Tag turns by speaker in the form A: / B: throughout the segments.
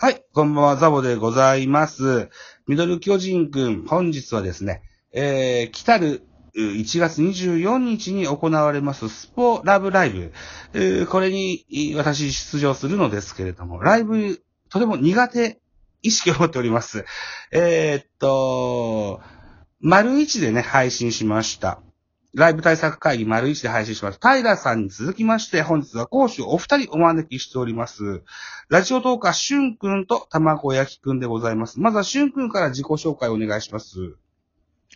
A: はい、こんばんは、ザボでございます。ミドル巨人くん、本日はですね、えー、来たるう1月24日に行われますスポラブライブ。えーこれにい私出場するのですけれども、ライブ、とても苦手意識を持っております。えー、っと、丸一でね、配信しました。ライブ対策会議丸一で配信しました。平さんに続きまして、本日は講師をお二人お招きしております。ラジオトーカー、しゅんくんと卵焼きくんでございます。まずはしゅんくんから自己紹介をお願いします。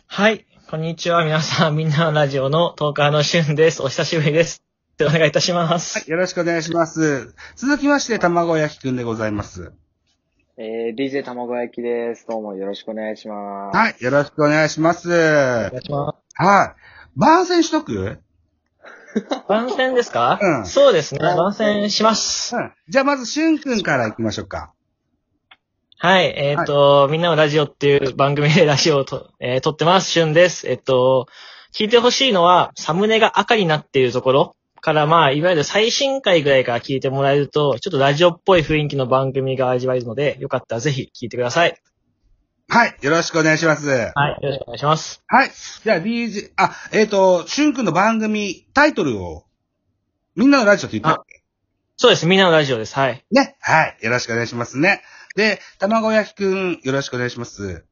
B: はい。こんにちは。皆さん、みんなのラジオのトーカーのしゅんです。お久しぶりです。お願いいたします。
A: はい、よろしくお願いします。続きまして、卵焼きくんでございます。
C: えー、DJ 卵焼きです。どうもよろしくお願いします。
A: はい、よろしくお願いします。
B: お
A: はい
B: 願いしま。
A: 番宣しとく
B: す。番宣ですか、
A: うん
B: そうですね。番宣します。
A: うん。じゃあまず、しゅんくんから行きましょうか。
B: はい。えっ、と、みんなのラジオっていう番組でラジオをと、えー撮ってます。しゅんです。えっ、と、聞いてほしいのは、サムネが赤になっているところから、まあ、いわゆる最新回ぐらいから聞いてもらえると、ちょっとラジオっぽい雰囲気の番組が味わえるので、よかったらぜひ聞いてください。
A: はい、よろしくお願いします。
B: はい。よろしくお願いします。
A: はい。じゃあ DJ、あ、えっ、と、しゅんくんの番組、タイトルを、みんなのラジオって言ったっけ
B: そうです。みんなのラジオです。はい。
A: ね。はい。よろしくお願いしますね。で、卵焼きくん、よろしくお願いします。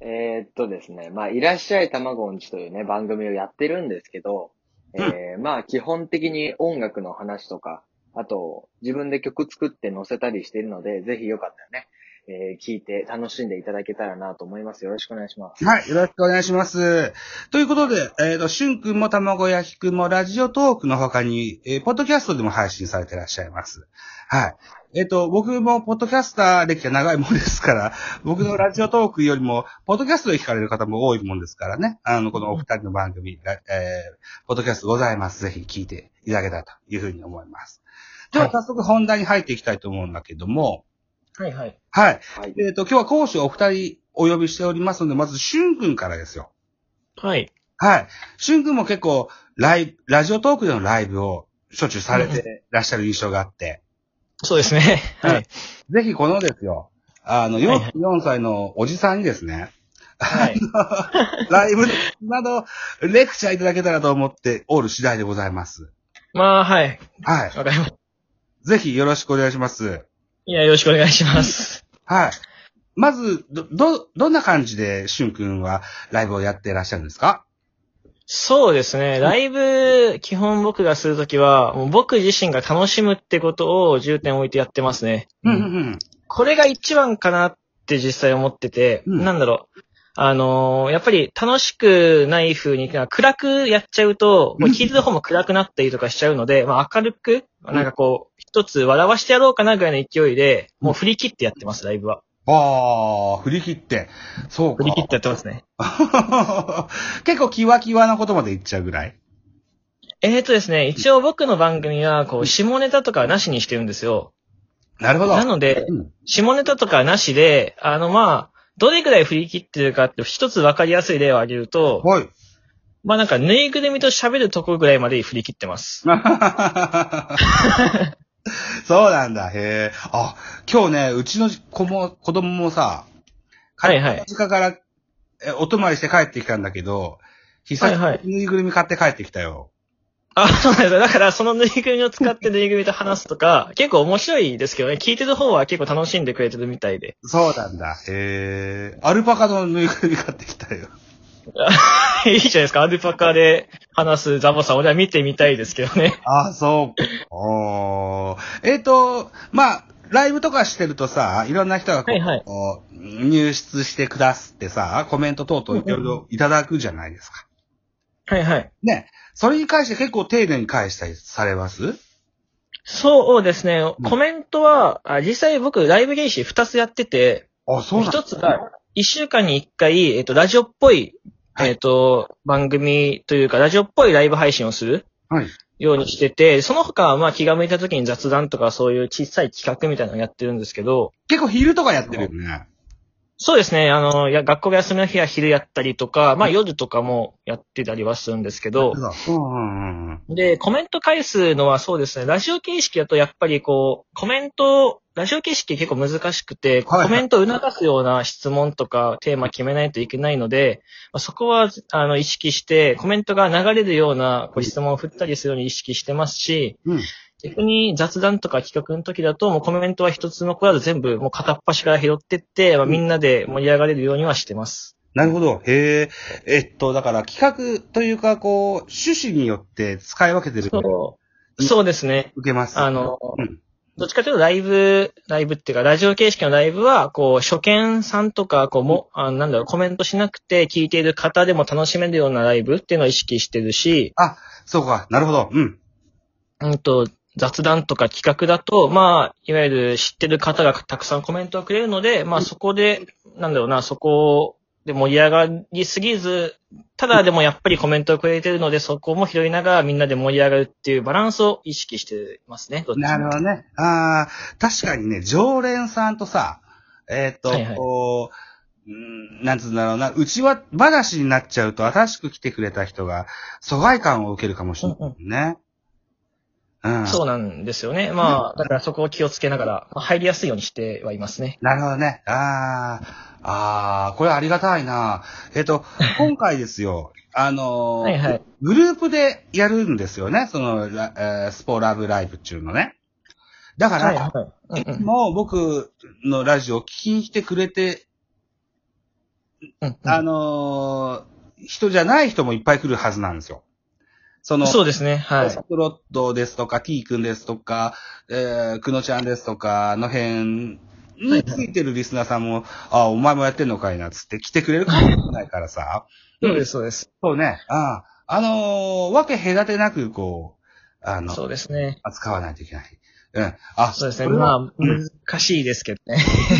C: えー、っとですね、まあ、いらっしゃい卵んちというね、番組をやってるんですけど、えー、まあ、基本的に音楽の話とか、あと、自分で曲作って載せたりしてるので、ぜひよかったらね、えー、聞いて楽しんでいただけたらなと思います。よろしくお願いします。
A: はい。よろしくお願いします。ということで、えっ、と、しゅんくんも卵焼きくんもラジオトークの他に、えーポッドキャストでも配信されてらっしゃいます。はい。えっ、と、僕もポッドキャスター歴が長いもんですから、 僕のラジオトークよりも、ポッドキャストで聞かれる方も多いもんですからね。あの、このお二人の番組、らえーポッドキャストございます。ぜひ聞いていただけたらというふうに思います。では、
B: はい
A: 早速本題に入っていきたいと思うんだけども、
B: はいはい。
A: はい。
C: はい。
A: えっ、と、今日は講師をお二人お呼びしておりますので、まず、しゅんくんからですよ。
B: はい。
A: はい。しゅんくんも結構、ライブ、ラジオトークでのライブをしょっちゅうされて
C: で
A: らっしゃる印象があって、
B: そうですね。
A: は
B: はいい。
A: ぜひこのですよ、あの、
B: はいはい
A: 44歳のおじさんにですね、
B: はい。
A: ライブなど、レクチャーいただけたらと思っておる次第でございます。
B: まあ、はい。
A: はい。
B: わかりました。
A: ぜひよろしくお願いします。
B: いや、よろしくお願いします。
A: はい。まず、ど、ど、どんな感じでしゅんくんはライブをやってらっしゃるんですか
B: そうですね。ライブ、基本僕がするときは、もう僕自身が楽しむってことを重点置いてやってますね。
A: うんうんうん。
B: これが一番かなって実際思ってて、
A: うん
B: なんだろう。あのーやっぱり楽しくない風に、なんか暗くやっちゃうと、もう聞いてる方も暗くなったりとかしちゃうので、まあ明るく、なんかこう、一つ笑わしてやろうかなぐらいの勢いで、もう振り切ってやってます、ライブは。
A: ああ、振り切って。そうか
B: 振。り切ってやってますね。
A: 結構キワキワなことまで言っちゃうぐらい。
B: えーとですね、一応僕の番組は、こう、下ネタとかはなしにしてるんですよ。
A: なるほど。
B: なので、
A: うん
B: 下ネタとかはなしで、あの、まあ、どれぐらい振り切ってるかって、一つわかりやすい例を挙げると、
A: はい。
B: まあなんか、ぬいぐるみと喋るとこぐらいまで振り切ってます。
A: そうなんだ、へえ。あ、今日ね、うちの子も、子供もさ、
B: はいはい
A: 実家から、え、お泊まりして帰ってきたんだけど、久
B: は
A: 々
B: いはい
A: にぬいぐるみ買って帰ってきたよ。
B: あ、そうなんですよ。だから、そのぬいぐるみを使ってぬいぐるみと話すとか、 結構面白いですけどね、聞いてる方は結構楽しんでくれてるみたいで。
A: そうなんだ、へえ。アルパカのぬいぐるみ買ってきたよ。
B: いいじゃないですか、アルパカで話すザボさん、俺は見てみたいですけどね。
A: あ、そう。おーえっ、と、まあ、ライブとかしてるとさ、いろんな人がこう、
B: はいはい
A: こう入室してくだすってさ、コメント等々いろいろいただくじゃないですか。
B: はいはい。
A: ね。それに関して結構丁寧に返したりされます
B: そうですね
A: ん。
B: コメントは、あ実際僕、ライブ原始2つやってて、
A: あ、そうなんだ
B: 1つが、1週間に1回、えっ、と、ラジオっぽい、
A: はい
B: えっ、と、番組というか、ラジオっぽいライブ配信をする
A: はい。
B: ようにしてて、その他は、まあ、気が向いた時に雑談とか、そういう小さい企画みたいなのをやってるんですけど、
A: 結構昼とかやってるよね。
B: そうですね。あの、いや、学校が休みの日は昼やったりとか、まあ夜とかもやってたりはするんですけど、
A: うんうんうん。
B: で、コメント返すのはそうですね、ラジオ形式だとやっぱりこう、コメント、ラジオ形式結構難しくて、
A: はいはい
B: コメントを促すような質問とかテーマ決めないといけないので、まあそこは、あの、意識して、コメントが流れるようなこう質問を振ったりするように意識してますし、
A: うん。
B: 逆に雑談とか企画の時だと、もうコメントは一つ残らず全部もう片っ端から拾ってって、まあみんなで盛り上がれるようにはしてます。
A: なるほど。へえ。えっと、だから企画というか、こう、趣旨によって使い分けてるのを
B: そうそうですね。
A: 受けます。
B: あの、
A: うん
B: どっちかというとライブ、ライブっていうか、ラジオ形式のライブは、こう、初見さんとか、こう、も、あなんだろう、コメントしなくて、聞いている方でも楽しめるようなライブっていうのを意識してるし、
A: そうか。なるほど。うん。
B: うんと、雑談とか企画だと、まあ、いわゆる知ってる方がたくさんコメントをくれるので、まあそこで、なんだろうな、そこで盛り上がりすぎず、ただでもやっぱりコメントをくれてるので、そこも拾いながらみんなで盛り上がるっていうバランスを意識してますね、どっちも
A: なるほどね。ああ、確かにね、常連さんとさ、えっ、と、
B: はいはい
A: こう、うんなんつうんだろうな、うちは話になっちゃうと、新しく来てくれた人が、疎外感を受けるかもしれないね。うん。
B: そうなんですよね。まあ、だからそこを気をつけながら、まあ入りやすいようにしてはいますね。
A: なるほどね。ああ、ああ、これありがたいな。えっ、 と、今回ですよ、あのー
B: はいはい。
A: グループでやるんですよね、その、ラえースポラブライブっていうのね。だから、
B: はいはい。うんうん
A: もう僕のラジオを聞きに来てくれて、
B: うんうん
A: あのー人じゃない人もいっぱい来るはずなんですよ。その、
B: そうですね。はい。
A: スプロットですとか、T 君ですとか、えー、くのちゃんですとか、あの辺についてるリスナーさんも、あ、お前もやってんのかいな、つって来てくれるかもしれないからさ。
B: そうです、そうです。
A: そうね。ああ、あのーわけ隔てなく、こう、あの、
B: そうですね。
A: 扱わないといけない。うん。あ、
B: そうですね。
A: これは
B: まあ、難しいですけどね。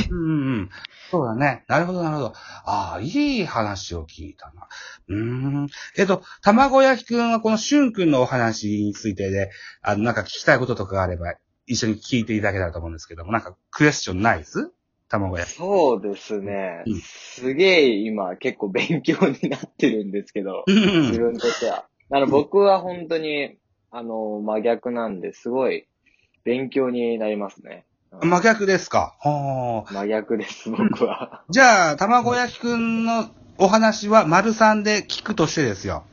A: うんうんうん。そうだね。なるほど、なるほど。ああ、いい話を聞いたな。うーん。えっと、卵焼きくんはこのしゅんくんのお話についてで、あの、なんか聞きたいこととかがあれば、一緒に聞いていただけたらと思うんですけども、なんかクエスチョンないです卵焼き。
C: そうですね
A: うん。
C: すげえ今結構勉強になってるんですけど、
A: うんう
C: 自
A: ん。
C: 分としては。あの、僕は本当に、あの、真逆なんで、すごい勉強になりますね。うん
A: 真逆ですか。はあ。
C: 真逆です、僕は。
A: じゃあ、卵焼きくんのお話は丸さんで聞くとしてですよ。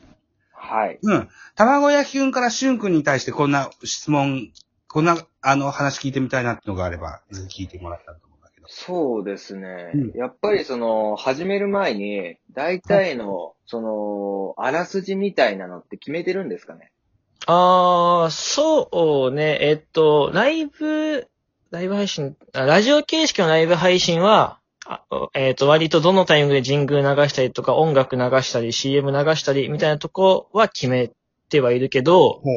C: はい。
A: うん。卵焼きくんからしゅんくんに対してこんな質問、こんな、あの、話聞いてみたいなってのがあれば、ぜひ聞いてもらったらと思うんだけど。
C: そうですね
A: うん。
C: やっぱりその、始める前に、大体の、その、あらすじみたいなのって決めてるんですかね
B: ああ、そうね。えっと、ライブ、ライブ配信、あラジオ形式のライブ配信は、あえっ、と、割とどのタイミングで神宮流したりとか、音楽流したり、CM 流したり、みたいなとこは決めてはいるけど、
A: ほ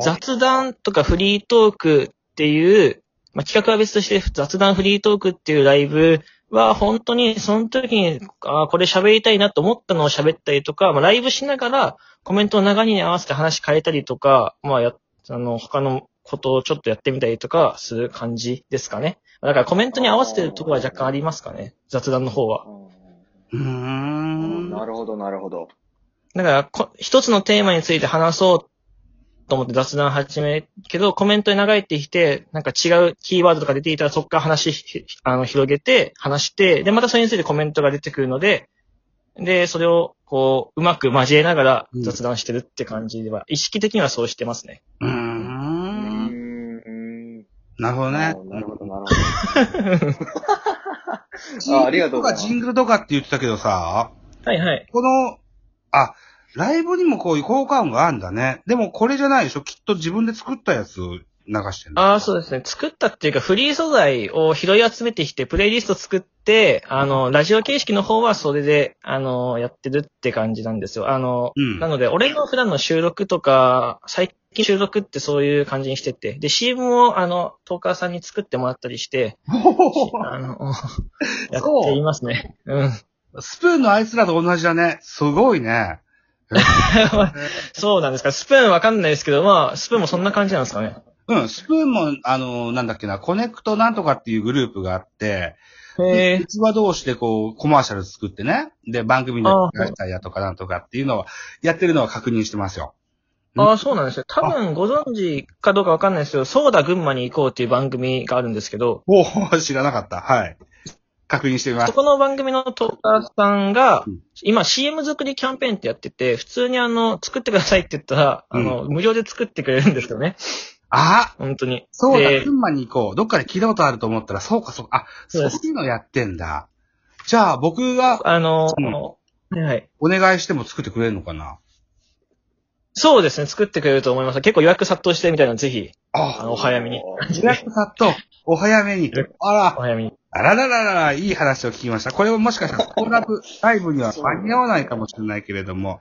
A: ー。
B: 雑談とかフリートークっていう、まあ、企画は別として雑談フリートークっていうライブは本当にその時に、あーこれ喋りたいなと思ったのを喋ったりとか、まあ、ライブしながらコメントの流れに合わせて話変えたりとか、まあ、や、あの、他のことをちょっとやってみたりとかする感じですかね。だからコメントに合わせてるところは若干ありますかね。雑談の方は。
A: うーん。
C: なるほど、なるほど。
B: だからこ、一つのテーマについて話そうと思って雑談始めるけど、コメントに流れてきて、なんか違うキーワードとか出ていたらそこから話し、あの、広げて、話して、で、またそれについてコメントが出てくるので、で、それを、こう、うまく交えながら雑談してるって感じでは、意識的にはそうしてますね。
A: うー
C: うー
A: ん。
C: ん。
A: なるほどね。
C: あーなるほど、なるほ
A: ジ
C: ど。
A: ン
C: あ
A: グ
C: あり
A: ル
C: がと
A: と
C: うご
A: か
C: ざいます
A: ジ。ングルとかって言ってたけどさ、
B: はいはい。
A: この、あ、ライブにもこういう効果音があるんだね。でもこれじゃないでしょきっと自分で作ったやつを流してるの。
B: ああ、そうですね。作ったっていうか、フリー素材を拾い集めてきて、プレイリスト作って、あの、ラジオ形式の方はそれで、あの、やってるって感じなんですよ。あの、
A: うん
B: なので、俺の普段の収録とか、最近収録ってそういう感じにしてて、で、CM を、あの、トーカーさんに作ってもらったりして、あ の、やっていますね。うん。
A: スプーンのあいつらと同じだね。すごいね。
B: そうなんですか。スプーンわかんないですけど、まあ、スプーンもそんな感じなんですかね。
A: うん、スプーンも、あの、なんだっけな、コネクトなんとかっていうグループがあって、
B: へえ。
A: 器同士でこう、コマーシャル作ってね、で、番組のやったりだとかなんとかっていうのを、やってるのは確認してますよ。
B: ああ、そうなんですよ。多分ご存知かどうかわかんないですけど、ソーダ群馬に行こうっていう番組があるんですけど、
A: おお、 知らなかった。はい。確認してみま
B: そ
A: す。
B: この番組のトーカーさんが
A: うん、
B: 今 CM 作りキャンペーンってやってて、普通にあの、作ってくださいって言ったら、あの、無料で作ってくれるんですよね。
A: あ
B: 本当に。
A: そうだ、
B: で
A: 群馬に行こう。どっかで聞いたことあると思ったら、そうかそうか。あ、
B: そう
A: そう
B: です
A: いうのやってんだ。じゃあ、僕が
B: あの、
A: うん
B: はいはい。
A: お願いしても作ってくれるのかな
B: そうですね、作ってくれると思います。結構予約殺到してるみたいなので、ぜひ、あ
A: あ、
B: の、お早めに。
A: ジラクさんと、お早めに。あ
B: お
A: ら、
B: 早めに。
A: あららららら、いい話を聞きました。これももしかしたら、コーラブライブには間に合わないかもしれないけれども、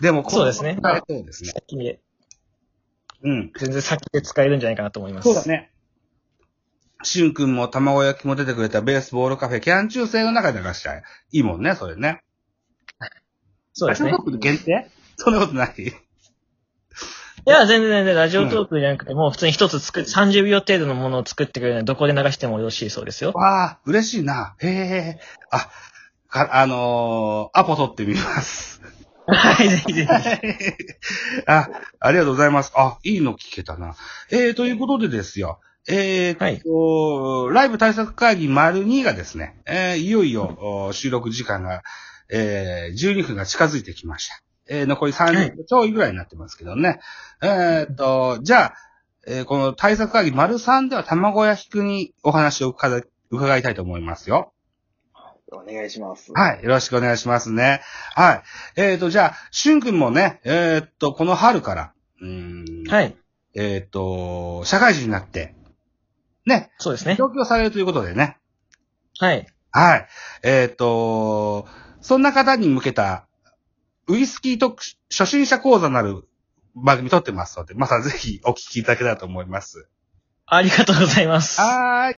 A: でも、
B: そうですね
A: このそうですね。
B: 先で、
A: うん。
B: 全然先で使えるんじゃないかなと思いま
A: そ
B: す。
A: うだ。ね。しゅんくんも卵焼きも出てくれたベースボールカフェ、キャン中制の中で流したい。いいもんね、それね。
B: そうですね
A: ラジオ。トーク限定そんなことない。
B: いや、全然全然、ラジオトークじゃなくて、もう普通に一つ作って、30秒程度のものを作ってくれるので、どこで流してもよろしいそうですよ。
A: わあ、嬉しいな。へえ。あ、か、あのーアポ取ってみ ます。
B: はい、ぜひぜひ。
A: あ、ありがとうございます。あ、いいの聞けたな。えー、ということでですよ。えー、
B: はい。
A: と、ライブ対策会議丸2がですね、えーいよいよお収録時間が、えー12分が近づいてきました。えー残り30分ちょいぐらいになってますけどね。えー、と、じゃあ、えーこの対策会議丸3では卵屋ひくにお話を伺い伺いたいと思いますよ。
C: お願いします。
A: はい。よろしくお願いしますね。はい。えー、と、じゃあ、しゅんくんもね、えー、と、この春から、うーん、
B: はい。
A: えー、と、社会人になって、ね、
B: そうですね。
A: 上京されるということでね。
B: はい。
A: はい。えー、と、そんな方に向けた、ウイスキー特集、初心者講座なる番組撮ってますので、またぜひお聞きいただけたらと思います。
B: ありがとうございます。
A: はーい。